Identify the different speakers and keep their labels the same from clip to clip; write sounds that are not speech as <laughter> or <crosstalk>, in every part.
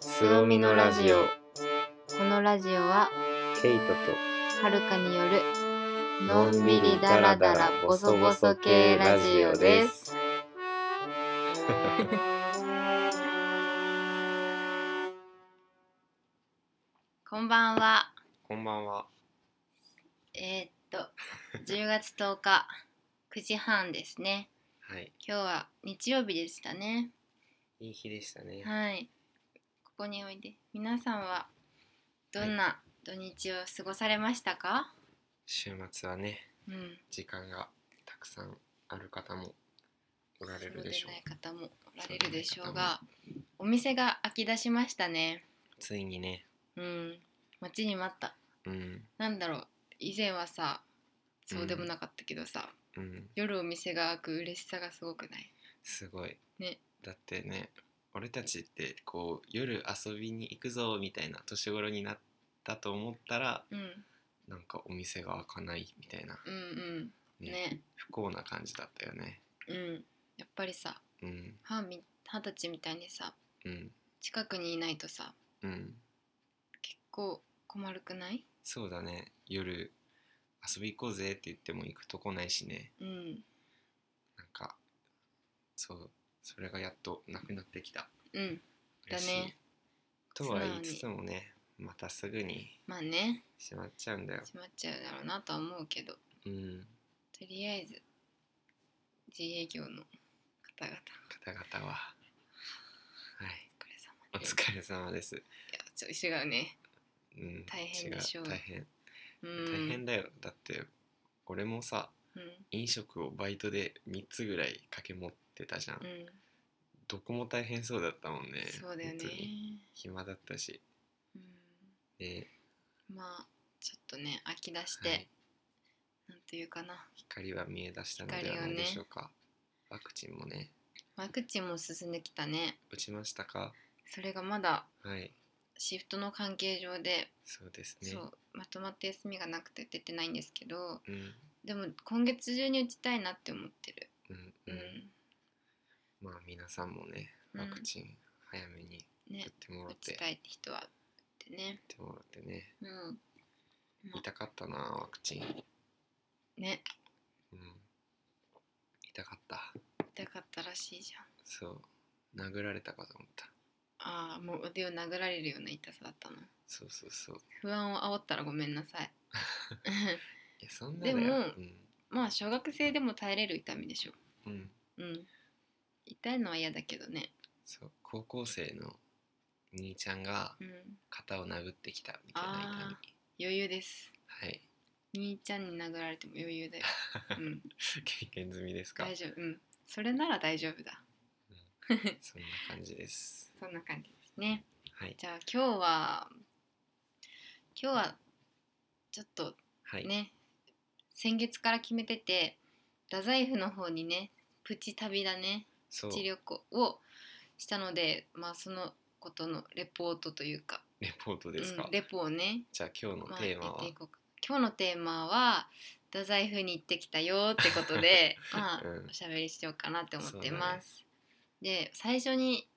Speaker 1: すごみのラジオ
Speaker 2: このラジオは
Speaker 1: ケイトと
Speaker 2: はるかによるのんびりだらだらボソボソ系ラジオ <laughs> です。こんばんは。
Speaker 1: こんばんは
Speaker 2: えーっと10月10日9時半ですね。
Speaker 1: はい
Speaker 2: 今日は日曜日でしたね。
Speaker 1: いい日でしたね
Speaker 2: はい。ここにおいで皆さんはどんな土日を過ごされましたか？
Speaker 1: 週末はね
Speaker 2: うん。
Speaker 1: 時間がたくさんある方もおられるでしょ
Speaker 2: そううでない方もおられるでしょうが、お店が開き出しましたね。
Speaker 1: ついにね
Speaker 2: うん。待ちに待った。
Speaker 1: うん
Speaker 2: なんだろう以前はさそうでもなかったけどさ、
Speaker 1: うん
Speaker 2: 夜お店が開く嬉しさがすごくない
Speaker 1: すごい
Speaker 2: ね
Speaker 1: だってね俺たちってこう夜遊びに行くぞみたいな年頃になったと思ったら
Speaker 2: うん
Speaker 1: なんかお店が開かないみたいな
Speaker 2: うんうん
Speaker 1: ね
Speaker 2: ね
Speaker 1: 不幸な感じだったよね
Speaker 2: うんやっぱりさ
Speaker 1: うん
Speaker 2: 歯み二十歳みたいにさ
Speaker 1: うん
Speaker 2: 近くにいないとさ
Speaker 1: うん
Speaker 2: 結構困るくない
Speaker 1: そうだね夜遊び行こうぜって言っても行くとこないしね
Speaker 2: うん
Speaker 1: なんかそうそれがやっとなくなってきた
Speaker 2: うん
Speaker 1: 嬉しい
Speaker 2: だね
Speaker 1: とは言い
Speaker 2: 素直に
Speaker 1: つつもねまたすぐに
Speaker 2: まあね
Speaker 1: しまっちゃうんだよ
Speaker 2: しまっちゃうだろうなとは思うけど
Speaker 1: うん
Speaker 2: とりあえず自営業の方々
Speaker 1: 方々ははい
Speaker 2: お疲
Speaker 1: お疲
Speaker 2: れ様
Speaker 1: れ様です、
Speaker 2: いやちょっと違うね
Speaker 1: うん、
Speaker 2: 大変でしょう
Speaker 1: 違大変
Speaker 2: うん
Speaker 1: 大変だよ、だって俺もさ
Speaker 2: うん
Speaker 1: 飲食をバイトで3つぐらい掛け持ってたじゃん、
Speaker 2: うん、
Speaker 1: どこも大変そうだったもんね
Speaker 2: そうだよね
Speaker 1: 本当に暇だったし
Speaker 2: うん
Speaker 1: ね
Speaker 2: まあちょっとね飽き出して、
Speaker 1: はい
Speaker 2: なんというかな
Speaker 1: 光は見え出したのではないでしょうか、ワクチンもね
Speaker 2: ワクチンも進んできたね
Speaker 1: 打ちましたか
Speaker 2: それがまだ
Speaker 1: はい
Speaker 2: シフトの関係上で、
Speaker 1: そうですね
Speaker 2: そうまとまって休みがなくて出てないんですけど
Speaker 1: うん
Speaker 2: でも今月中に打ちたいなって思ってる
Speaker 1: うんう、
Speaker 2: うんん、
Speaker 1: まあ皆さんもね
Speaker 2: うん
Speaker 1: ワクチン早めに打
Speaker 2: ね
Speaker 1: ってもら
Speaker 2: 打
Speaker 1: って、
Speaker 2: ちたいって人はってね
Speaker 1: 打ってもらってね
Speaker 2: うんうん
Speaker 1: 痛かったなワクチン、う
Speaker 2: ね
Speaker 1: ん、痛かった
Speaker 2: 痛かったらしいじゃん
Speaker 1: そう殴られたかと思った
Speaker 2: ああもう腕を殴られるような痛さだったの
Speaker 1: そうそうそう
Speaker 2: 不安を煽ったらごめんな <laughs> さい
Speaker 1: いやそんなだよ
Speaker 2: でも
Speaker 1: うん
Speaker 2: まあ小学生でも耐えれる痛みでしょ
Speaker 1: うん、
Speaker 2: うん。痛いのは嫌だけどね。
Speaker 1: そう高校生の兄ちゃんが
Speaker 2: うん。
Speaker 1: 肩を殴ってきたみたいな痛み
Speaker 2: 余裕です。
Speaker 1: はい
Speaker 2: 兄ちゃんに殴られても余 <laughs> 裕だよ。うん。
Speaker 1: 経験済みですか
Speaker 2: 大丈夫。うん。それなら大丈夫だ。
Speaker 1: そんな感じです
Speaker 2: そんな感じですね。
Speaker 1: はい
Speaker 2: じゃあ今日は、今日はちょっと
Speaker 1: はい、
Speaker 2: ね、先月から決めてて、太宰府の方にね、プチ旅だね、
Speaker 1: そ
Speaker 2: プ
Speaker 1: う
Speaker 2: チ旅行をしたので、まあそのことのレポートというか、
Speaker 1: レポートですか、
Speaker 2: うん、レポをね、
Speaker 1: じゃあ今日のテーマは、
Speaker 2: まあ、やっていこうか今日のテーマは太宰府に行ってきたよってこ
Speaker 1: <laughs>
Speaker 2: とでまあ、
Speaker 1: うん
Speaker 2: おしゃべりしようかなって思ってます。で最初に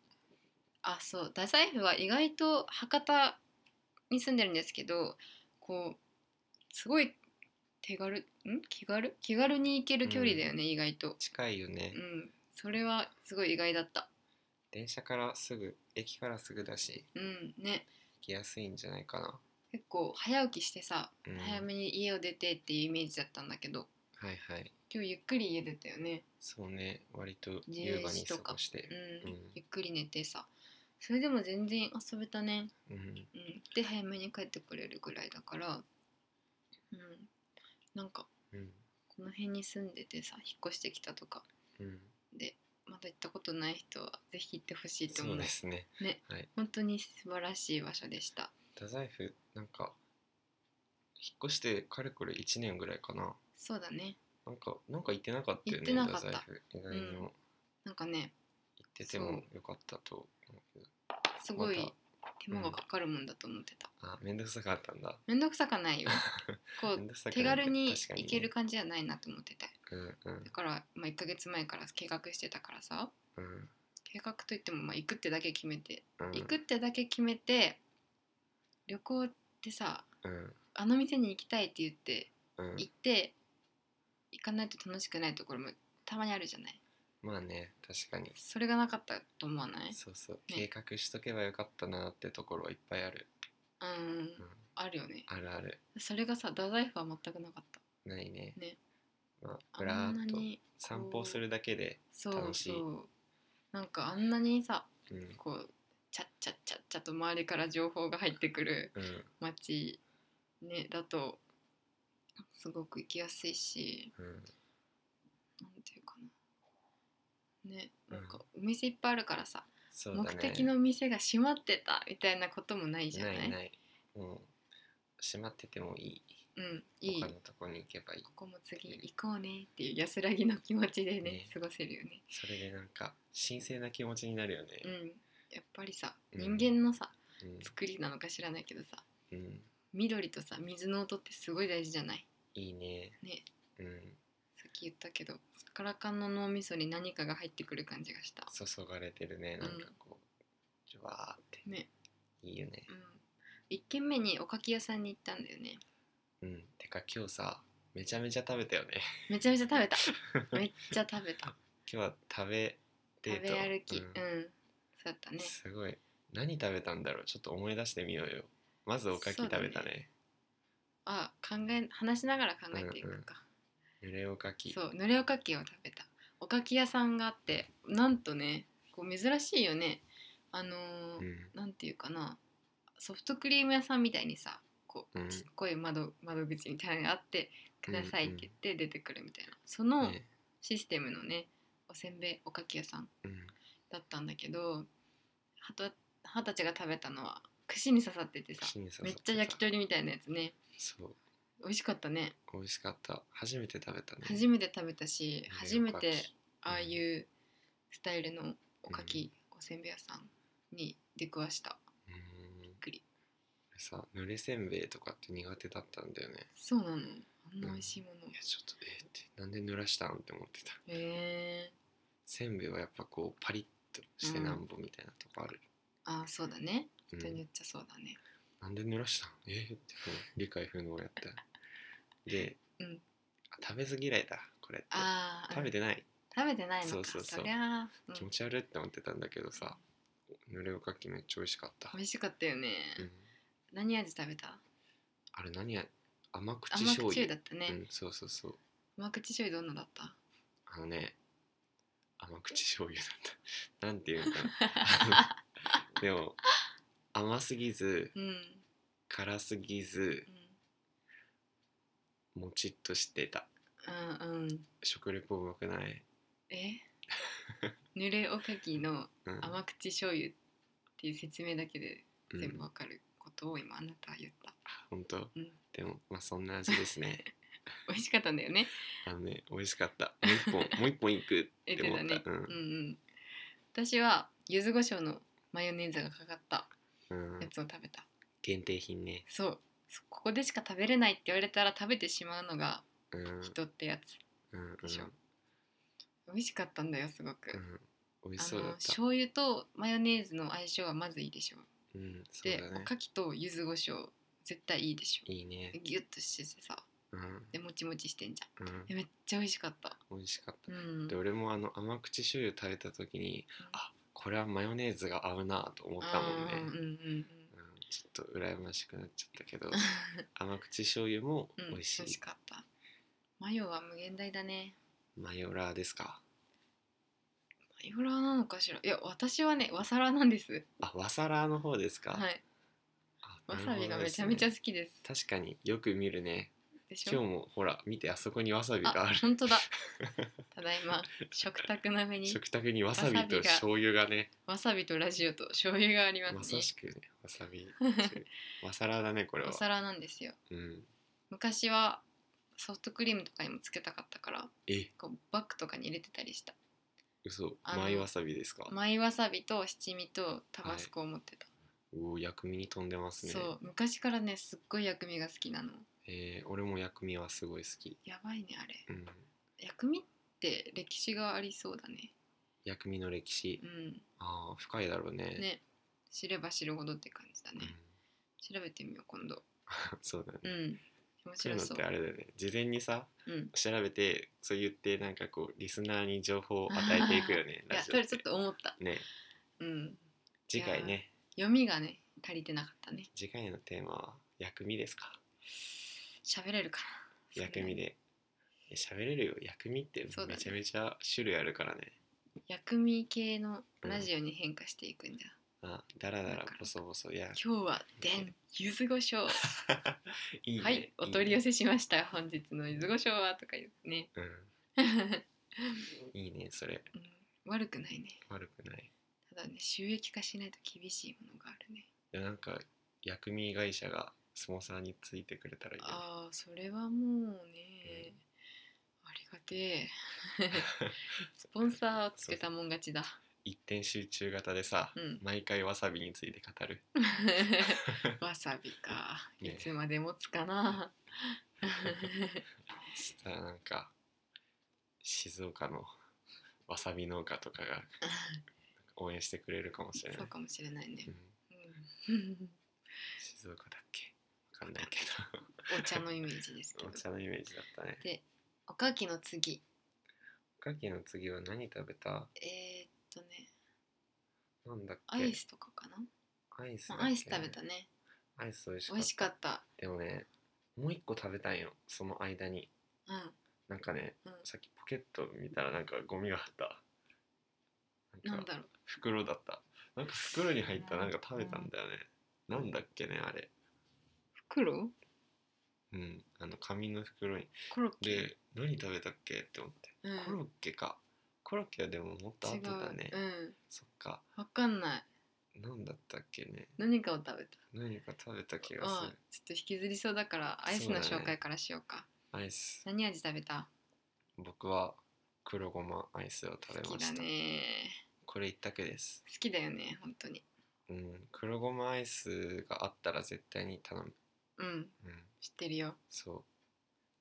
Speaker 2: あそう太宰府は意外と博多に住んでるんですけどこうすごい手軽ん気軽気軽に行ける距離だよね、意外と。
Speaker 1: 近いよね、
Speaker 2: うんそれはすごい意外だった。
Speaker 1: 電車からすぐ駅からすぐだし
Speaker 2: うんね
Speaker 1: 行きやすいんじゃないかな、
Speaker 2: 結構早起きしてさ、
Speaker 1: うん、
Speaker 2: 早めに家を出てっていうイメージだったんだけど
Speaker 1: はいはい
Speaker 2: 今日ゆっくり家出たよね、
Speaker 1: そうね割と優
Speaker 2: 10
Speaker 1: 雅に
Speaker 2: 時
Speaker 1: 過
Speaker 2: とか
Speaker 1: ごして
Speaker 2: う
Speaker 1: う
Speaker 2: ん
Speaker 1: ん
Speaker 2: ゆっくり寝てさそれでも全然遊べたね、
Speaker 1: うん
Speaker 2: うん、で早めに帰ってこれるぐらいだから、うん、なんか
Speaker 1: うん
Speaker 2: この辺に住んでてさ引っ越してきたとか
Speaker 1: うん
Speaker 2: まだ行ったことない人はぜひ行ってほしいと思
Speaker 1: そう
Speaker 2: う
Speaker 1: ですね
Speaker 2: ね
Speaker 1: はい
Speaker 2: 本当に素晴らしい場所でした
Speaker 1: 太宰府なんか引っ越してかれこれ1年ぐらいかな
Speaker 2: そうだね
Speaker 1: なんかなんか行ってなかったよね
Speaker 2: 行ってなかった
Speaker 1: 太宰府意外にも、
Speaker 2: うんなんかね
Speaker 1: 行っててもよかったと思うけど
Speaker 2: すごい
Speaker 1: また
Speaker 2: 手間がかかるもんだと思ってた、
Speaker 1: あ面倒くさかったんだ
Speaker 2: めんどくさかないよ
Speaker 1: <laughs>
Speaker 2: こ
Speaker 1: めん
Speaker 2: う
Speaker 1: どくさくない
Speaker 2: 手軽に
Speaker 1: 確か
Speaker 2: 行ける感じじゃないなと思ってた
Speaker 1: うんうん
Speaker 2: だから、まあ、1ヶ月前から計画してたからさ
Speaker 1: うん
Speaker 2: 計画といっても、まあ、行くってだけ決めて、
Speaker 1: うん
Speaker 2: 行くってだけ決めて旅行ってさ
Speaker 1: うん
Speaker 2: あの店に行きたいって言って
Speaker 1: うん
Speaker 2: 行って行かないと楽しくないところもたまにあるじゃない
Speaker 1: まあね確かに
Speaker 2: それがなかったと思わない
Speaker 1: そうそう
Speaker 2: ね
Speaker 1: 計画しとけばよかったなってところはいっぱいある、
Speaker 2: うん
Speaker 1: うん、
Speaker 2: あるよね
Speaker 1: あるある
Speaker 2: それがさ太宰府は全くなかっ
Speaker 1: ないね
Speaker 2: ね
Speaker 1: まあ
Speaker 2: た
Speaker 1: ぶら
Speaker 2: あん
Speaker 1: ー
Speaker 2: な
Speaker 1: っと
Speaker 2: に
Speaker 1: 散歩するだけで
Speaker 2: そう
Speaker 1: 楽しい
Speaker 2: そうなんかあんなにさ
Speaker 1: うん
Speaker 2: こうちゃっちゃっちゃっちゃと周りから情報が入ってくる
Speaker 1: うん
Speaker 2: 街、ね、だとすごく行きやすいし
Speaker 1: うん
Speaker 2: なんていうかなね
Speaker 1: うん
Speaker 2: なんかお店いっぱいあるからさ、
Speaker 1: そうだ
Speaker 2: 目
Speaker 1: ね
Speaker 2: 的の店が閉まってたみたいなこともないじゃない
Speaker 1: ないないもう閉まっててもい
Speaker 2: うん、
Speaker 1: い
Speaker 2: いい
Speaker 1: 他のとこに行けばいい
Speaker 2: ここも次行こうねっていう安らぎの気持ちでね
Speaker 1: ね
Speaker 2: 過ごせるよね。
Speaker 1: それでなんか神聖な気持ちになるよね
Speaker 2: うん、やっぱりさ
Speaker 1: うん
Speaker 2: 人間のさ、
Speaker 1: うん
Speaker 2: 作りなのか知らないけどさ
Speaker 1: うん
Speaker 2: 緑とさ水の音ってすごい大事じゃない
Speaker 1: いいね
Speaker 2: ね
Speaker 1: うん
Speaker 2: さっき言ったけどすっからかんの脳みそに何かが入ってくる感じがした。
Speaker 1: 注がれてるねなんかこうじゅわーって
Speaker 2: ね
Speaker 1: いいよね
Speaker 2: うん、1軒目におかき屋さんに行ったんだよね。
Speaker 1: うんてか今日さめちゃめちゃ食べたよね <laughs>
Speaker 2: めちゃめちゃ食べためっちゃ食べた
Speaker 1: 今日は食べデー
Speaker 2: 食
Speaker 1: ト
Speaker 2: べ歩き、
Speaker 1: う
Speaker 2: うんん、そうだったね。
Speaker 1: すごい何食べたんだろうちょっと思い出してみようよまずおかき
Speaker 2: そう
Speaker 1: 食
Speaker 2: だね
Speaker 1: べたね
Speaker 2: あ考え話しながら考えていくか。
Speaker 1: 濡れおかき
Speaker 2: そうぬれおかきを食べたおかき屋さんがあってなんとねこう珍しいよねあの
Speaker 1: う
Speaker 2: ー
Speaker 1: ん
Speaker 2: なんていうかなソフトクリーム屋さんみたいにさこう
Speaker 1: うん
Speaker 2: ちっこい窓窓口みたいなのがあって「ください」って言って出てくるみたいなその
Speaker 1: ね
Speaker 2: システムのねおせんべいおかき屋さん
Speaker 1: うん
Speaker 2: だったんだけどはと二十歳が食べたのは串に刺さっててさ
Speaker 1: 串に刺さ
Speaker 2: めっちゃ焼き鳥みたいなやつね
Speaker 1: そう
Speaker 2: 美味しかったね
Speaker 1: 美味しかった初めて食べたね
Speaker 2: 初めて食べたし初めてああいうスタイルのおかき、おせんべい屋さんに出くわした
Speaker 1: うんうん
Speaker 2: くり
Speaker 1: 俺さ濡れせんべいとかって苦手だったんだよね
Speaker 2: そうなのあんな美味しいもの、
Speaker 1: いやちょっとえーってなんで濡らしたんって思ってた
Speaker 2: え
Speaker 1: せんべいはやっぱこうパリッとして
Speaker 2: うん
Speaker 1: なんぼみたいなとこある、
Speaker 2: ー、ああそうだね
Speaker 1: うん
Speaker 2: 人によっちゃそうだね
Speaker 1: なんで濡らしたんえーってこう理解不能やったで、
Speaker 2: うん
Speaker 1: あ食べず嫌いだこれって
Speaker 2: ああ
Speaker 1: 食べてない
Speaker 2: 食べてないのか
Speaker 1: そ
Speaker 2: そう
Speaker 1: そうそう
Speaker 2: りゃあ、うん
Speaker 1: 気持ち悪いって思ってたんだけどさ濡れおかきめっちゃ美味しかった、
Speaker 2: 美味しかったよね、
Speaker 1: うん、
Speaker 2: 何味食べた
Speaker 1: あれ何や甘口
Speaker 2: 甘口
Speaker 1: 醤
Speaker 2: 醤
Speaker 1: 油
Speaker 2: 油だったね、
Speaker 1: うん、そうそうそう
Speaker 2: 甘口醤油どんなだった
Speaker 1: あのね甘口醤油だ <laughs> ったなんていうのか
Speaker 2: <laughs>
Speaker 1: なあのでも甘すぎず
Speaker 2: うん、うん、
Speaker 1: 辛すぎずもちっとしてた
Speaker 2: うんうん
Speaker 1: 食レポうまくない、
Speaker 2: え
Speaker 1: <laughs>
Speaker 2: 濡れおかきの
Speaker 1: うん、
Speaker 2: 甘口醤油っていう説明だけで
Speaker 1: うん
Speaker 2: 全部わかることを今あなたは言った、
Speaker 1: 本当、
Speaker 2: うん
Speaker 1: でもまあそんな味です
Speaker 2: <laughs>
Speaker 1: ね
Speaker 2: 美味しかったんだよね
Speaker 1: あのね美味しかったもう一本もう一本いくっ
Speaker 2: 出
Speaker 1: て
Speaker 2: て
Speaker 1: 思ったた
Speaker 2: ね、
Speaker 1: う
Speaker 2: うんうん私は柚子胡椒のマヨネーズがかかった
Speaker 1: ん、うん
Speaker 2: や、つを食べた、
Speaker 1: 限定品ね
Speaker 2: そうそここでしか食べれないって言われたら食べてしまうのが
Speaker 1: うんうん
Speaker 2: 人ってやつ
Speaker 1: うん
Speaker 2: でしょ美味しかったんだよすごく、
Speaker 1: うん美味し
Speaker 2: あ
Speaker 1: そうだ
Speaker 2: の
Speaker 1: った
Speaker 2: 醤油とマヨネーズの相性はまずいいでしょ
Speaker 1: うんそう
Speaker 2: で、
Speaker 1: だ
Speaker 2: お
Speaker 1: ね
Speaker 2: かきと柚子胡椒絶対いいでしょ
Speaker 1: いいね
Speaker 2: ギュッとしててさ
Speaker 1: うん
Speaker 2: でもちもちしてんじゃん
Speaker 1: うん
Speaker 2: えめっちゃ美味しかった
Speaker 1: 美味しかった
Speaker 2: うん
Speaker 1: で俺もあの甘口醤油食べた時にあこれはマヨネーズが合うなと思ったもんね、
Speaker 2: うんうんうん
Speaker 1: うんちょっと羨ましくなっちゃったけど
Speaker 2: うん
Speaker 1: 甘口醤油も
Speaker 2: うん
Speaker 1: 美味しい、
Speaker 2: 美味しかったマヨは無限大だね
Speaker 1: マヨラーですか
Speaker 2: マヨラーなのかしらいや私はね和皿なんです
Speaker 1: あわさラーの方ですか、
Speaker 2: はい
Speaker 1: あ
Speaker 2: わさび
Speaker 1: なるほど
Speaker 2: が
Speaker 1: で
Speaker 2: め
Speaker 1: す
Speaker 2: ち
Speaker 1: ね
Speaker 2: ゃめちゃ好きです
Speaker 1: 確かによく見るね
Speaker 2: でし
Speaker 1: 今
Speaker 2: ょ
Speaker 1: 日もほら見てあそこにわさびがあ
Speaker 2: あ
Speaker 1: る
Speaker 2: 本当だただいま食卓の上に
Speaker 1: <laughs> 食卓にわさびと
Speaker 2: わさびが
Speaker 1: 醤油がね
Speaker 2: わさびとラジオと醤油がありま
Speaker 1: ます
Speaker 2: ね
Speaker 1: さしくねわさ
Speaker 2: <laughs>
Speaker 1: びわさラーだねこれは
Speaker 2: 和皿なんですよ
Speaker 1: うん
Speaker 2: 昔はソフトクリームとかにもつけたかったから
Speaker 1: え
Speaker 2: こうバッグとかに入れてたりした
Speaker 1: 嘘
Speaker 2: あの
Speaker 1: マイわさびですか
Speaker 2: マイわさびと七味とタバスコを持ってた、
Speaker 1: おお薬味に飛んでますね
Speaker 2: そう昔からねすっごい薬味が好きなの
Speaker 1: えー、俺も薬味はすごい好き、
Speaker 2: やばいねあれ
Speaker 1: うん、
Speaker 2: 薬味って歴史がありそうだね
Speaker 1: 薬味の歴史
Speaker 2: うん
Speaker 1: ああ深いだろうね
Speaker 2: ね知れば知るほどって感じだね
Speaker 1: うん、 <laughs>
Speaker 2: 調べてみよう今度
Speaker 1: そうだね、
Speaker 2: うん面
Speaker 1: そうい
Speaker 2: 白
Speaker 1: うのっ
Speaker 2: そう
Speaker 1: てあれだよね事前にさ
Speaker 2: うん
Speaker 1: 調べてそう言ってなんかこうリスナーに情報を与えていくよね
Speaker 2: <laughs> いや
Speaker 1: ラジ
Speaker 2: そ
Speaker 1: オ
Speaker 2: れ
Speaker 1: って
Speaker 2: ちょっと思った
Speaker 1: ね
Speaker 2: うん
Speaker 1: 次回ね
Speaker 2: 読みがね足りてなかったね
Speaker 1: 次回のテーマは薬味ですか
Speaker 2: 喋れるかな
Speaker 1: 薬味でえ喋れるよ薬味って
Speaker 2: そうだ
Speaker 1: め
Speaker 2: ね
Speaker 1: ちゃめちゃ種類あるからね
Speaker 2: 薬味系のラジオに変化していくんだ、
Speaker 1: あだらだ
Speaker 2: な
Speaker 1: ら
Speaker 2: んか
Speaker 1: ボソボソいや
Speaker 2: 今日はでん柚子胡椒
Speaker 1: いいね
Speaker 2: はいお取り寄
Speaker 1: せ
Speaker 2: せしました本日の柚子胡椒はとか言う <laughs> ね、
Speaker 1: いいねそれ
Speaker 2: うん、悪くないね
Speaker 1: 悪くない
Speaker 2: ただね収益化しないと厳しいものがあるね
Speaker 1: でなんか薬味会社がスポンサーについてくれたらいいよね
Speaker 2: ああそれはもうね、ありがてえ <laughs> スポンサーをつけたもん勝ちだ
Speaker 1: 一点集中型でさ、
Speaker 2: うん
Speaker 1: 毎回わさびについて語る
Speaker 2: <laughs> わさびか
Speaker 1: ね
Speaker 2: いつまでもつかな
Speaker 1: したらなんか静岡のわさび農家とかが応援してくれるかもしれな
Speaker 2: <laughs> そ、
Speaker 1: いう
Speaker 2: かもしれないね
Speaker 1: うん、
Speaker 2: うん
Speaker 1: 静岡だっけわかんないけ
Speaker 2: お茶のイメージですけ
Speaker 1: ど
Speaker 2: <laughs> ど
Speaker 1: お茶のイメージだったね
Speaker 2: でおかきの次
Speaker 1: おかきの次は何食べた
Speaker 2: えー、っとね
Speaker 1: なんだっけ
Speaker 2: アイスとかかな、
Speaker 1: アイス
Speaker 2: ま
Speaker 1: だっ
Speaker 2: あ
Speaker 1: け
Speaker 2: アイス食べたね
Speaker 1: アイス美味しかった
Speaker 2: 美味しかった
Speaker 1: でもねもう一個食べたんよその間になんかね
Speaker 2: うんうん
Speaker 1: さっきポケット見たらなんかゴミがあったな
Speaker 2: なんん
Speaker 1: か
Speaker 2: だろう
Speaker 1: 袋だったなんか袋に入ったなんか食べたんだよねなんだっけねあれ
Speaker 2: 袋
Speaker 1: うんあの紙の袋に
Speaker 2: コロッケ、
Speaker 1: で何食べたっけって思って
Speaker 2: うん、
Speaker 1: コロッケかコロッケはでももっと後だね
Speaker 2: 違う
Speaker 1: そっか
Speaker 2: うんわかんない
Speaker 1: 何だったっけね
Speaker 2: 何かを食べた
Speaker 1: 何か食べた気が
Speaker 2: あ
Speaker 1: す
Speaker 2: あちょっと引きずりそうだからアイスの
Speaker 1: そうだね
Speaker 2: 紹介からしようか
Speaker 1: るアイス
Speaker 2: 何味食べた
Speaker 1: 僕は黒ごまアイスを食べ
Speaker 2: 好
Speaker 1: ま
Speaker 2: きだ
Speaker 1: した
Speaker 2: ね
Speaker 1: これ一択です
Speaker 2: 好きだよね本当に
Speaker 1: うん、黒ごまアイスがあったら絶対に頼む。
Speaker 2: うん
Speaker 1: うん、
Speaker 2: 知ってるよ
Speaker 1: そう。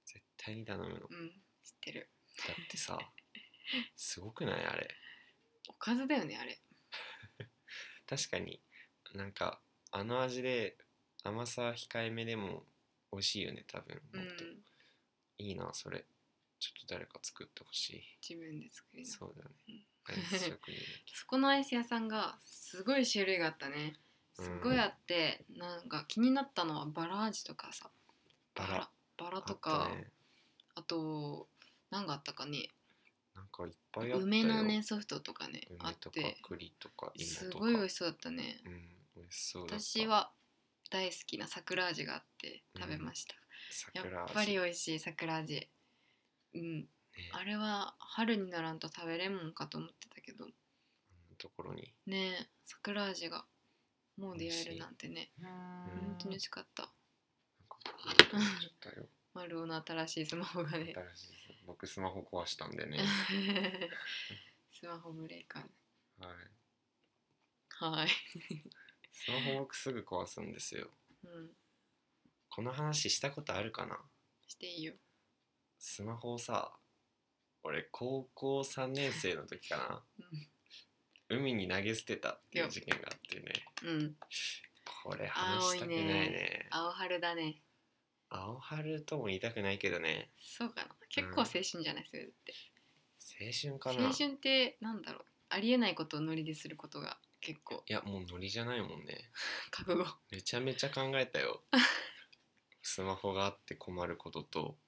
Speaker 1: 絶対に頼むの。だ
Speaker 2: うん知ってる
Speaker 1: ってさ、すごくないあれ。
Speaker 2: おかずだよねあれ
Speaker 1: 確かになんかあの味で甘さ控えめでも美味しいよね、多分。
Speaker 2: う
Speaker 1: もっと、
Speaker 2: ん
Speaker 1: いいな、それ。ちょっと誰か作ってほし
Speaker 2: 自分で作り
Speaker 1: い。
Speaker 2: な
Speaker 1: そうだね
Speaker 2: うん。
Speaker 1: アイス職人だっけ
Speaker 2: そこのアイス屋さんがすごい種類があったねすごいあって、なんか気になったのはバラ味とかさ
Speaker 1: バラ。
Speaker 2: <laughs> バラ
Speaker 1: あった
Speaker 2: とかあ,、
Speaker 1: ね。
Speaker 2: と何があったかね
Speaker 1: なんかいっぱいあったよ。
Speaker 2: 梅のね。ソフトとかねあ
Speaker 1: 梅
Speaker 2: っ
Speaker 1: とか
Speaker 2: て
Speaker 1: 栗とか芋とか。
Speaker 2: すごい美味しそうだったね
Speaker 1: うん、美味しそうだった。
Speaker 2: 私は大好きな桜味があって食べました、
Speaker 1: 桜味。
Speaker 2: やっぱり美味しい桜味うん
Speaker 1: ね
Speaker 2: あれは春にならんと食べれんもんかと思ってたけど
Speaker 1: あんなところに。
Speaker 2: ねえ桜味がもう出会えるなんてね本当に美味しかった丸尾の新しいスマホがね
Speaker 1: 新しいです僕スマホ壊したんで
Speaker 2: <laughs>
Speaker 1: ね。
Speaker 2: スマホブレーカー
Speaker 1: はい。
Speaker 2: はい、
Speaker 1: スマホ僕すぐ壊すんですよ。
Speaker 2: うん、
Speaker 1: この話したことあるかな
Speaker 2: していいよ
Speaker 1: スマホをさ、俺高校3年生の時かな。海に投げ捨てたっていう事件があってね。
Speaker 2: うん
Speaker 1: これ話したくない
Speaker 2: 青い
Speaker 1: ね。
Speaker 2: 青春だね
Speaker 1: 青春とも言いたくないけどね。
Speaker 2: そうかな結構青春じゃないそれって
Speaker 1: 青春か
Speaker 2: 青
Speaker 1: な。
Speaker 2: 春ってなんだろうありえないことをノリですることが結構
Speaker 1: いやもうノリじゃないもんね。
Speaker 2: 覚悟
Speaker 1: めちゃめちゃ考えた
Speaker 2: <laughs>
Speaker 1: よ。スマホがあって困ることと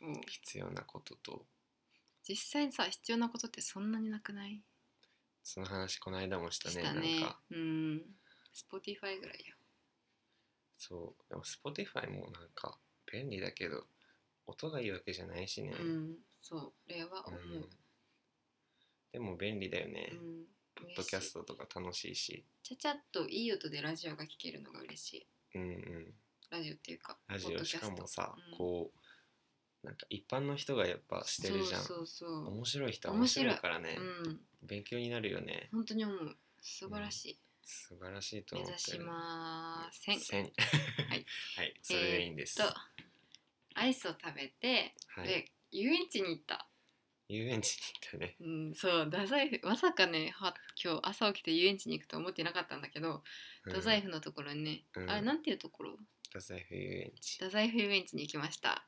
Speaker 2: うん
Speaker 1: 必要なことと
Speaker 2: 実際にさ必要なことってそんなになくない
Speaker 1: その話この間もしたね
Speaker 2: した
Speaker 1: なん
Speaker 2: ね
Speaker 1: か
Speaker 2: うん Spotify ぐらいや
Speaker 1: そうでも Spotify もなんか便利だけど音がいいわけじゃないしね、
Speaker 2: うんそれは思う
Speaker 1: うんでも便利だよね、
Speaker 2: うん
Speaker 1: ポッド
Speaker 2: 嬉し
Speaker 1: キャス
Speaker 2: い
Speaker 1: トとか楽しいし
Speaker 2: ちゃちゃっといい音でラジオが聴けるのが嬉しい
Speaker 1: うんうん
Speaker 2: ラジオっていうか
Speaker 1: ラジ
Speaker 2: ポッ
Speaker 1: オ
Speaker 2: ドキ
Speaker 1: し
Speaker 2: ャス
Speaker 1: か
Speaker 2: ト
Speaker 1: もさ、
Speaker 2: うん
Speaker 1: こうなんか一般の人がやっぱしてるじゃん
Speaker 2: そうそう
Speaker 1: 面白い人は面
Speaker 2: 面白い
Speaker 1: 白いからね
Speaker 2: そう、うん
Speaker 1: 勉強になるよね
Speaker 2: 本当に思う素晴らしい、
Speaker 1: 素晴らしいと
Speaker 2: 目
Speaker 1: 思って
Speaker 2: 指し
Speaker 1: る
Speaker 2: ません
Speaker 1: 千はい
Speaker 2: い、
Speaker 1: <laughs> はい、それでいいんです、
Speaker 2: とアイスを食べて、
Speaker 1: はい
Speaker 2: で遊園地に行った
Speaker 1: 遊園地に行ったね
Speaker 2: うん、そう太宰府まさかねは今日朝起きて遊園地に行くと思ってなかったんだけど
Speaker 1: うん
Speaker 2: 太宰府のところにね、
Speaker 1: うん
Speaker 2: あれなんていうところ
Speaker 1: 太宰府遊園地
Speaker 2: 太宰府遊園地に行きました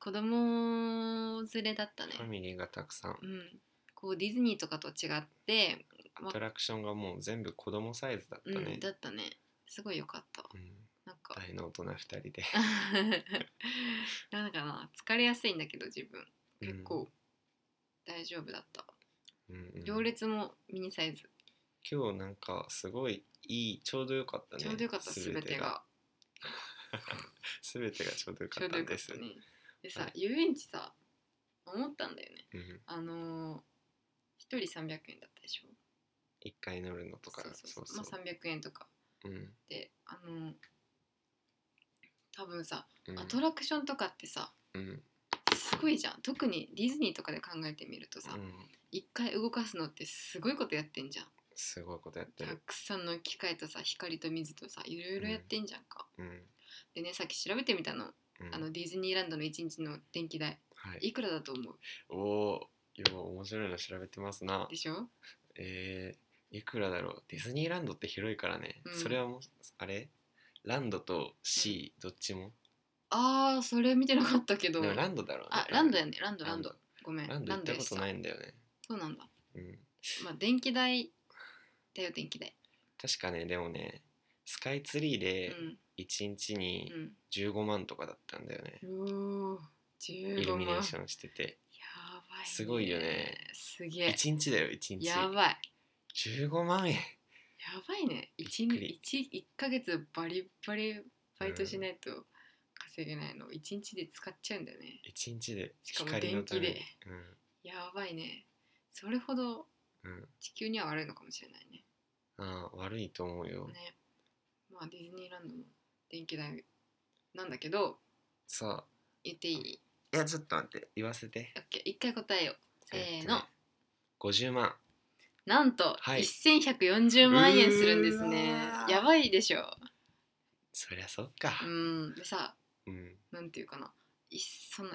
Speaker 2: 子供連れだったね
Speaker 1: ファミリーがたくさん
Speaker 2: うんこうディズニーとかと違って、
Speaker 1: アトラクションがもう全部子供サイズだった
Speaker 2: う
Speaker 1: ね
Speaker 2: ん、、だったねすごい良かった
Speaker 1: うん、
Speaker 2: なんか
Speaker 1: 大の大人2人で <laughs>
Speaker 2: なんかな疲れやすいんだけど自分
Speaker 1: うん
Speaker 2: 結構大丈夫だった、
Speaker 1: うんうん
Speaker 2: 行列もミニサイズ、
Speaker 1: 今日なんかすごいいいちょうどよかったね
Speaker 2: ちょうどよかった
Speaker 1: す
Speaker 2: 全
Speaker 1: べ
Speaker 2: てが
Speaker 1: すべてがちょうどよ
Speaker 2: ち
Speaker 1: か
Speaker 2: ょう
Speaker 1: った
Speaker 2: どよ
Speaker 1: ん
Speaker 2: かっ
Speaker 1: です
Speaker 2: たねでさ、
Speaker 1: はい
Speaker 2: 遊園地さ思ったんだよね
Speaker 1: うん、
Speaker 2: あのー、1人300円だったでしょ
Speaker 1: 1回乗るのとか
Speaker 2: そうそうそうまあ300円とか
Speaker 1: うん
Speaker 2: であのー多分さ
Speaker 1: うん
Speaker 2: アトラクションとかってさ
Speaker 1: うん
Speaker 2: すごいじゃん特にディズニーとかで考えてみるとさ、
Speaker 1: うん
Speaker 2: 一回動かすのってすごいことやってんじゃん
Speaker 1: すごいことやって
Speaker 2: た
Speaker 1: る
Speaker 2: くさんの機械とさ光と水とさいろいろやってんじゃんか、
Speaker 1: うん
Speaker 2: でねさっき調べてみたの,、
Speaker 1: うん
Speaker 2: あのディズニーランドの一日の電気代
Speaker 1: はい
Speaker 2: いくらだと思う
Speaker 1: おおーよう面白いの調べてますな
Speaker 2: でしょ
Speaker 1: えー、いくらだろうディズニーランドって広いからね、
Speaker 2: うん
Speaker 1: それはもうあれランドと C、どっちも
Speaker 2: あーそれ見てなかったけど
Speaker 1: でもランドだろうね
Speaker 2: あ
Speaker 1: 多分
Speaker 2: ランドやねランド
Speaker 1: ラ
Speaker 2: ラ
Speaker 1: ン
Speaker 2: ン
Speaker 1: ド
Speaker 2: ドごめん
Speaker 1: ランド行った
Speaker 2: で
Speaker 1: こ
Speaker 2: し
Speaker 1: と
Speaker 2: た
Speaker 1: ないんだよね
Speaker 2: そうなんだ
Speaker 1: うん
Speaker 2: まあ電気代だよ電気代
Speaker 1: 確かねでもねスカイツリー
Speaker 2: う
Speaker 1: で
Speaker 2: ん
Speaker 1: 1日に15万とかだったんだよね、
Speaker 2: うんうおー
Speaker 1: イル
Speaker 2: 15
Speaker 1: ミネ
Speaker 2: 万
Speaker 1: ー
Speaker 2: や
Speaker 1: ションしてて
Speaker 2: ばいね
Speaker 1: すごいよね
Speaker 2: すげえ
Speaker 1: 1日だよ1日
Speaker 2: やばい
Speaker 1: 15万円
Speaker 2: やばいね1
Speaker 1: びっくり
Speaker 2: ヶ月バリバリバイトしないと稼げないの、一1日で使っちゃうんだよね
Speaker 1: 1日で
Speaker 2: しかも
Speaker 1: 光のために
Speaker 2: 電気でやばいねそれほど
Speaker 1: うんうん
Speaker 2: 地球には悪いのかもしれないね
Speaker 1: ああ悪いと思うよ、
Speaker 2: ねまあディズニーランドの電気代なんだけど
Speaker 1: さ
Speaker 2: 言っていい
Speaker 1: あいやちょっと待って言わせて
Speaker 2: ?OK 一回答えようせーの
Speaker 1: 50万
Speaker 2: なんと
Speaker 1: はい
Speaker 2: 1140万円するんですね
Speaker 1: うわー
Speaker 2: やばいでしょ
Speaker 1: そりゃそっか
Speaker 2: うんでさ
Speaker 1: うん、
Speaker 2: なんていうかないその1,000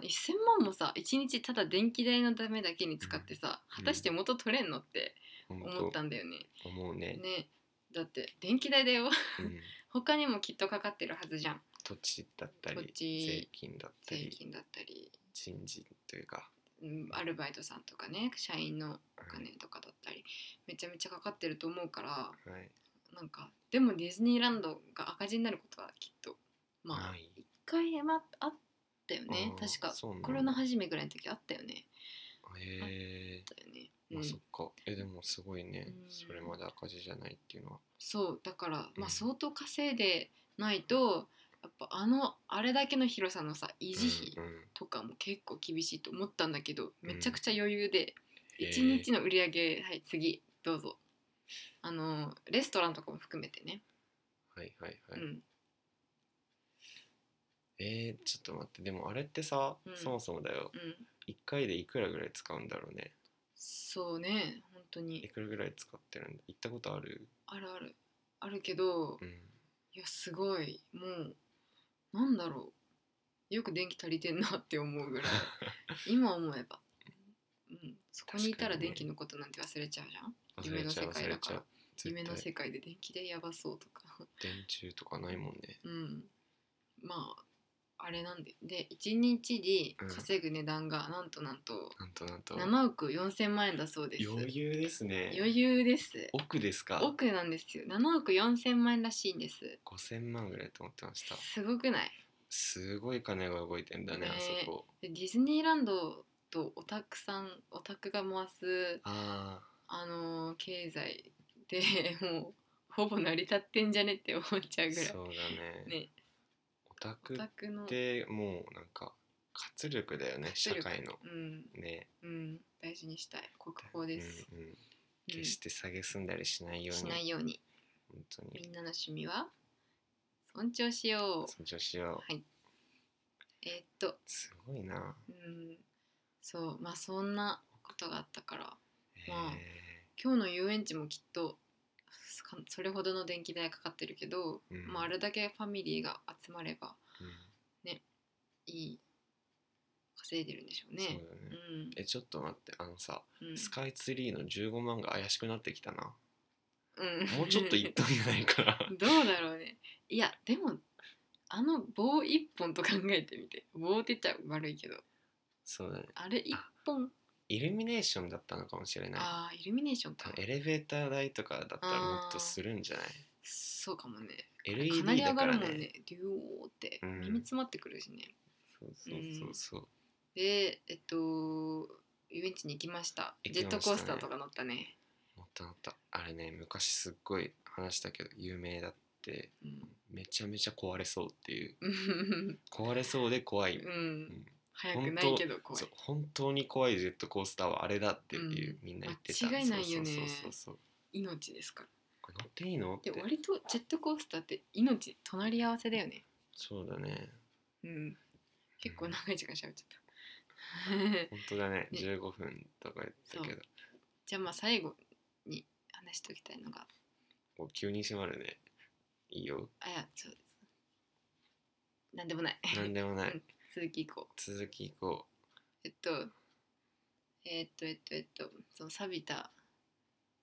Speaker 2: 万もさ1日ただ電気代のためだけに使ってさ、
Speaker 1: うん
Speaker 2: 果たして元取れんのって思
Speaker 1: 本
Speaker 2: ったんだよね。
Speaker 1: 当思うね
Speaker 2: ねだって電気代だよ <laughs>
Speaker 1: うん、
Speaker 2: 他にもきっとかかってるはずじゃん
Speaker 1: 土地だった
Speaker 2: <laughs> 土
Speaker 1: り
Speaker 2: 地
Speaker 1: 税金だった
Speaker 2: 税
Speaker 1: り
Speaker 2: 金だったり、
Speaker 1: 人事というか、
Speaker 2: うん、アルバイトさんとかね社員のお
Speaker 1: うん
Speaker 2: 金とかだったりめちゃめちゃかかってると思うから
Speaker 1: はい、
Speaker 2: なんかでもディズニーランドが赤字になることはきっとまあ
Speaker 1: ない
Speaker 2: 一回まあったよね
Speaker 1: あー
Speaker 2: 確か
Speaker 1: そうなんだ
Speaker 2: コロナ初めぐらいの時あったよね。
Speaker 1: へえ
Speaker 2: あったよね
Speaker 1: ま
Speaker 2: う
Speaker 1: あ
Speaker 2: ん
Speaker 1: そっかえでもすごいね
Speaker 2: うん
Speaker 1: それまで赤字じゃないっていうのは
Speaker 2: そうだから、
Speaker 1: うん
Speaker 2: まあ、相当稼いでないとやっぱあのあれだけの広さのさ維持費
Speaker 1: うんうん
Speaker 2: とかも結構厳しいと思ったんだけど、
Speaker 1: うん
Speaker 2: めちゃくちゃ余裕で
Speaker 1: へー
Speaker 2: 1日の売り上げはい次どうぞあのレストランとかも含めてね、
Speaker 1: はいはいはい、
Speaker 2: うん、
Speaker 1: えー、ちょっと待ってでもあれってさ、
Speaker 2: うん
Speaker 1: そもそもだよ
Speaker 2: うん、
Speaker 1: 1回でいくらぐらい使うんだろうね
Speaker 2: そうね本当
Speaker 1: い
Speaker 2: に
Speaker 1: くらぐらい使ってるんだ行ったことある
Speaker 2: あるあるあるけど
Speaker 1: うん
Speaker 2: いやすごいもうなんだろうよく電気足りてんなって思
Speaker 1: <laughs>
Speaker 2: うぐらい今思えば、うん、そこにいたら
Speaker 1: 確かにね
Speaker 2: 電気のことなんて忘れちゃうじゃん
Speaker 1: 忘
Speaker 2: 夢
Speaker 1: れ
Speaker 2: の
Speaker 1: ちゃ
Speaker 2: 世
Speaker 1: う
Speaker 2: 界
Speaker 1: 忘
Speaker 2: だ
Speaker 1: れ
Speaker 2: か
Speaker 1: ちゃ
Speaker 2: ら
Speaker 1: う絶
Speaker 2: 夢の
Speaker 1: 対
Speaker 2: 世界で電気でやばそうとか <laughs>
Speaker 1: 電柱とかないもんね
Speaker 2: うんまああれなんでで1日に稼ぐ値段がなんとなんと
Speaker 1: なんとなんと
Speaker 2: 7億4000万円だそうです
Speaker 1: 余裕ですね
Speaker 2: 余裕です
Speaker 1: 奥ですか
Speaker 2: 億なんですよ7億4000万円らしいんです
Speaker 1: 5000万ぐらいと思ってました
Speaker 2: すごくない
Speaker 1: すごい金が動いてんだね
Speaker 2: ね
Speaker 1: あそこ
Speaker 2: でディズニーランドとオタクさんオタクが回す、
Speaker 1: あ
Speaker 2: あのー経済で <laughs> もうほぼ成り立ってんじゃねって思っちゃう
Speaker 1: あ
Speaker 2: ぐら
Speaker 1: そうだ
Speaker 2: い、
Speaker 1: ね
Speaker 2: ね、
Speaker 1: オタ
Speaker 2: オ
Speaker 1: ク
Speaker 2: タ
Speaker 1: っ
Speaker 2: クの、
Speaker 1: てもうなんか活力だよね
Speaker 2: 活
Speaker 1: 社
Speaker 2: 力
Speaker 1: 会の
Speaker 2: うん
Speaker 1: ね
Speaker 2: うん、大事にしたい国宝です、
Speaker 1: うんうん
Speaker 2: うん
Speaker 1: 決して下げすんだりしないよ
Speaker 2: し
Speaker 1: うに
Speaker 2: ないように
Speaker 1: 本当
Speaker 2: み
Speaker 1: に
Speaker 2: んなの趣味は尊重しよう
Speaker 1: 尊重しよう
Speaker 2: はいえーっと
Speaker 1: すごいな
Speaker 2: うんそうまあそんなことがあったから
Speaker 1: へ
Speaker 2: まあ
Speaker 1: え
Speaker 2: 今日の遊園地もきっとかそれほどの電気代かかってるけど、
Speaker 1: うん
Speaker 2: まあ、あれだけファミリーが集まれば
Speaker 1: うん
Speaker 2: いい稼稼いでるんでしょう
Speaker 1: そうだ
Speaker 2: ね
Speaker 1: ね。えちょっと待ってあのさ、
Speaker 2: うんうん
Speaker 1: スカイツリーの15万が怪しくなってきたな
Speaker 2: うん
Speaker 1: もうちょっといっとんじゃないかな
Speaker 2: どうだろうねいやでもあの棒一本と考えてみて棒って言っちゃ悪いけど
Speaker 1: そうだね
Speaker 2: あれ一本
Speaker 1: イルミネーションだったのかもしれない
Speaker 2: あーイルミネーション
Speaker 1: 多
Speaker 2: か
Speaker 1: 分エレベーター代とかだったらもっとするんじゃない
Speaker 2: そうかもねかな
Speaker 1: LED
Speaker 2: り上
Speaker 1: だか
Speaker 2: がる
Speaker 1: ら
Speaker 2: もん
Speaker 1: ね
Speaker 2: ねデュオーって
Speaker 1: うん
Speaker 2: 耳詰まってくるしね、
Speaker 1: そうそうそうそう、
Speaker 2: でえっと遊園地に行きました
Speaker 1: 行
Speaker 2: ジ
Speaker 1: き
Speaker 2: ェッ
Speaker 1: ましたね
Speaker 2: トコースターとか乗ったね
Speaker 1: もったいなかったあれね昔すっごい話したけど有名だってめちゃめちゃ壊れそうっていう
Speaker 2: うん
Speaker 1: 壊れそうで怖い、
Speaker 2: う
Speaker 1: うんん
Speaker 2: 早くないけど怖い
Speaker 1: そう本当に怖いジェットコースターはあれだっていう、みんな言ってた
Speaker 2: 間違いないよね
Speaker 1: そうそうそうそう
Speaker 2: 命ですから
Speaker 1: これ乗っていいのって
Speaker 2: で割とジェットコースターって命隣り合わせだよね
Speaker 1: そうだね
Speaker 2: うん。結構長い時間喋っちゃった。
Speaker 1: 本当だね
Speaker 2: ね
Speaker 1: 15分とか言ってたけど
Speaker 2: <laughs> じゃあまあ最後に話しておきたいのが、
Speaker 1: こう急に閉まるねいい
Speaker 2: <laughs>
Speaker 1: よ
Speaker 2: あいやそうです。なんでもない。 <laughs>
Speaker 1: なんでもな
Speaker 2: う
Speaker 1: い
Speaker 2: ん続きいこう。
Speaker 1: 続きいこ
Speaker 2: えっと、えっとえっとえっとその錆びた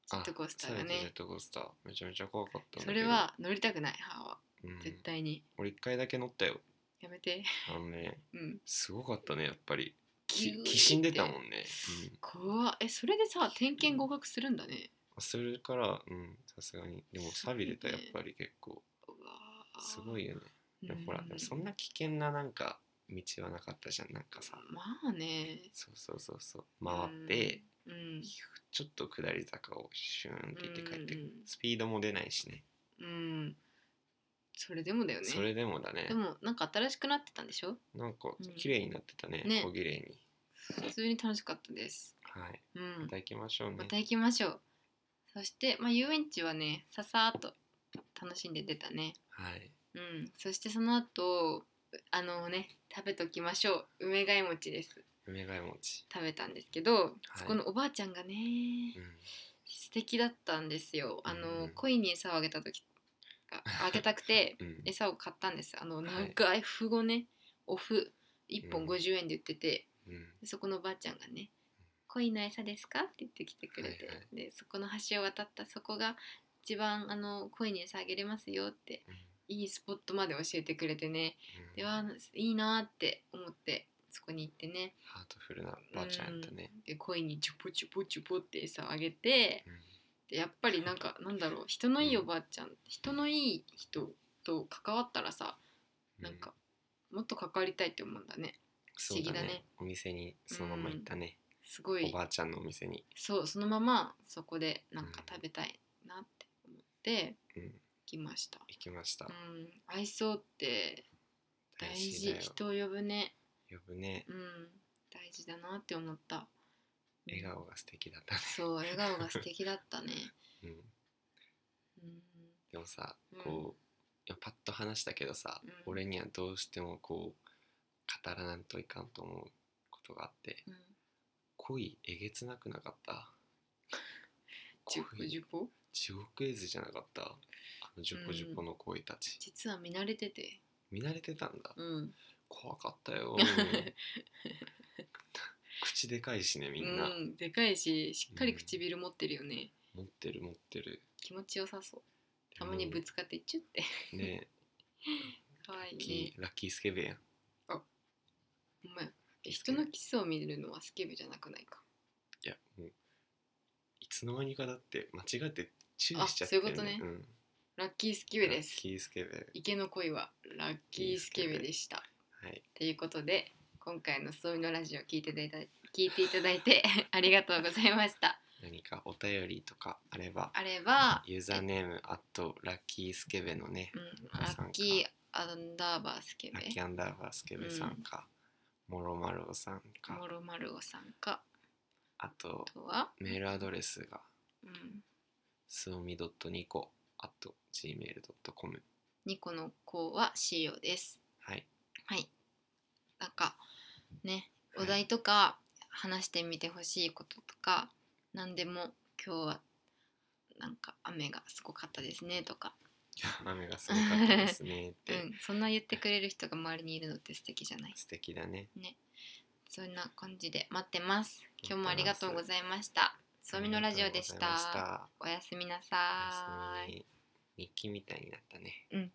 Speaker 1: う
Speaker 2: ジェットコースターが
Speaker 1: 最後のジェ
Speaker 2: ね
Speaker 1: ッ。トコースターめちゃめちゃ怖かったんだけど
Speaker 2: それ、は乗りたくない母は
Speaker 1: うん
Speaker 2: 絶対に、
Speaker 1: 俺一回だけ乗ったよ
Speaker 2: や
Speaker 1: <laughs>
Speaker 2: めて。
Speaker 1: あのね
Speaker 2: うん。
Speaker 1: すごかったねやっぱり
Speaker 2: ギュー
Speaker 1: き
Speaker 2: って
Speaker 1: きしんでたもんね、うん、
Speaker 2: 怖っえそれでさ点検合格するんだね。
Speaker 1: それからうんさすがにでも錆びれたやっぱり結構
Speaker 2: うわー
Speaker 1: すごいよねでもほら
Speaker 2: う
Speaker 1: でもそんな危険ななんか道はなかったじゃんなんかさ
Speaker 2: まあね。
Speaker 1: そうそうそうそう回って、
Speaker 2: うん。うん。
Speaker 1: ちょっと下り坂をシューンって行って帰ってくる、
Speaker 2: うん
Speaker 1: スピードも出ないしね
Speaker 2: うんそれでもだよね
Speaker 1: それでもだね
Speaker 2: でもなんか新しくなってたんでしょ
Speaker 1: なんか
Speaker 2: うん
Speaker 1: 綺麗になってたね、
Speaker 2: ね
Speaker 1: 小綺麗に
Speaker 2: 普通に楽しかったです
Speaker 1: はい
Speaker 2: うん
Speaker 1: また行きましょうね、
Speaker 2: また行きましょうそして、まあ、遊園地はねささーっと楽しんで出たね
Speaker 1: はい
Speaker 2: うんそしてその後あのね食べときましょう梅貝餅です
Speaker 1: 梅貝餅
Speaker 2: 食べたんですけど、
Speaker 1: い
Speaker 2: そこのおばあちゃんがね
Speaker 1: うん
Speaker 2: 素敵だったんですよあ
Speaker 1: う
Speaker 2: の
Speaker 1: ん
Speaker 2: 恋に餌をあげた時があげたくて
Speaker 1: うん
Speaker 2: 餌を買ったんですあの
Speaker 1: はい
Speaker 2: 長い符をねお符1
Speaker 1: う
Speaker 2: 本
Speaker 1: ん
Speaker 2: 50円で売って
Speaker 1: う
Speaker 2: て、
Speaker 1: ん
Speaker 2: そこのおばあちゃんがね「恋の餌ですか?」って言ってきてくれて、
Speaker 1: はいは
Speaker 2: でそこの橋を渡ったそこが一番あの恋に餌あげれますよって
Speaker 1: うん
Speaker 2: いいスポットまで教えてくれてね
Speaker 1: うん
Speaker 2: ではいいなーって思ってそこに行ってね
Speaker 1: ハートフルなばあちゃんやったね、
Speaker 2: で恋にチュポチュポチュポって餌をあげて
Speaker 1: うん
Speaker 2: でやっぱりなんかなんだろう人のいいおばあちゃん人のいい人と関わったらさなんか、もっと関わりたいって思うんだね
Speaker 1: そう
Speaker 2: 不思議だね
Speaker 1: お店にそのまま行ったね、
Speaker 2: すごい
Speaker 1: おばあちゃんのお店に、
Speaker 2: そうそのままそこでなんか
Speaker 1: うん
Speaker 2: 食べたいなって思って
Speaker 1: うん、
Speaker 2: 来ました、
Speaker 1: 行きました、
Speaker 2: うん、愛想って大事
Speaker 1: だよ
Speaker 2: 人を呼ぶね
Speaker 1: 呼ぶね
Speaker 2: うん大事だなって思った
Speaker 1: 笑顔が素敵だったね、
Speaker 2: そう笑顔が素敵だったね
Speaker 1: うん、
Speaker 2: うん
Speaker 1: でもさ
Speaker 2: うん
Speaker 1: こう、いやパッと話したけどさ、
Speaker 2: うん
Speaker 1: 俺にはどうしてもこう語らなんといかんと思うことがあって
Speaker 2: うん
Speaker 1: 恋えげつなくなかった
Speaker 2: <laughs> ジュポ
Speaker 1: 恋
Speaker 2: ジュポ
Speaker 1: 地獄絵図じゃなかったあのジュポジュポの恋たち、
Speaker 2: 実は見慣れてて
Speaker 1: 見慣れてたんだ
Speaker 2: うん
Speaker 1: 怖かった
Speaker 2: <laughs>
Speaker 1: よ口でかいしねみんな、
Speaker 2: うん、でかいししっかり唇持ってるよね、
Speaker 1: 持ってる持ってる
Speaker 2: 気持ちよさそうたまにぶつかってチュって
Speaker 1: うんね
Speaker 2: 可愛
Speaker 1: え
Speaker 2: いね
Speaker 1: キーラッキースケベやん
Speaker 2: お前人のキスを見るのはスケベじゃなくないか
Speaker 1: いやもういつの間にかだって間違って注意しちゃって
Speaker 2: あそういうこと
Speaker 1: ん、
Speaker 2: ラッキースケベで
Speaker 1: ラッ
Speaker 2: す
Speaker 1: キースケベ
Speaker 2: 池の恋はラッキースケベでした
Speaker 1: はい
Speaker 2: ということで今回の「すそみのラジオ」聞いていただい聞いていただいて <laughs> ありがとうございました
Speaker 1: 何かお便りとかあれば
Speaker 2: あれば、
Speaker 1: ユーザーネームアットラッキースケベのね
Speaker 2: うん、
Speaker 1: あ
Speaker 2: ラ
Speaker 1: 参加
Speaker 2: ッキーアンダーバースケ
Speaker 1: ラ
Speaker 2: ベ
Speaker 1: ッキーアンダーバースケベさんか、もろまろさん
Speaker 2: も
Speaker 1: か
Speaker 2: ろまるおさんか
Speaker 1: あと
Speaker 2: あとは、
Speaker 1: メールアドレスが
Speaker 2: うん、
Speaker 1: すおみ .nico at gmail.com
Speaker 2: 2個の子はしおです
Speaker 1: はい <laughs>
Speaker 2: はい。なんかね、
Speaker 1: はい
Speaker 2: お題とか話してみてほしいこととか、何でも今日はなんか雨がすごかったですねとか、
Speaker 1: 雨がすごかったですねっ
Speaker 2: <laughs> う
Speaker 1: て、
Speaker 2: ん、そんな言ってくれる人が周りにいるのって素敵じゃない。
Speaker 1: 素敵だね
Speaker 2: そんな感じで待ってます今日もありがとうございましたつぼみのラジオでした
Speaker 1: ありがとうございました
Speaker 2: おやすみな
Speaker 1: おや
Speaker 2: さ
Speaker 1: す
Speaker 2: ーい
Speaker 1: み日記みたいになったね
Speaker 2: うん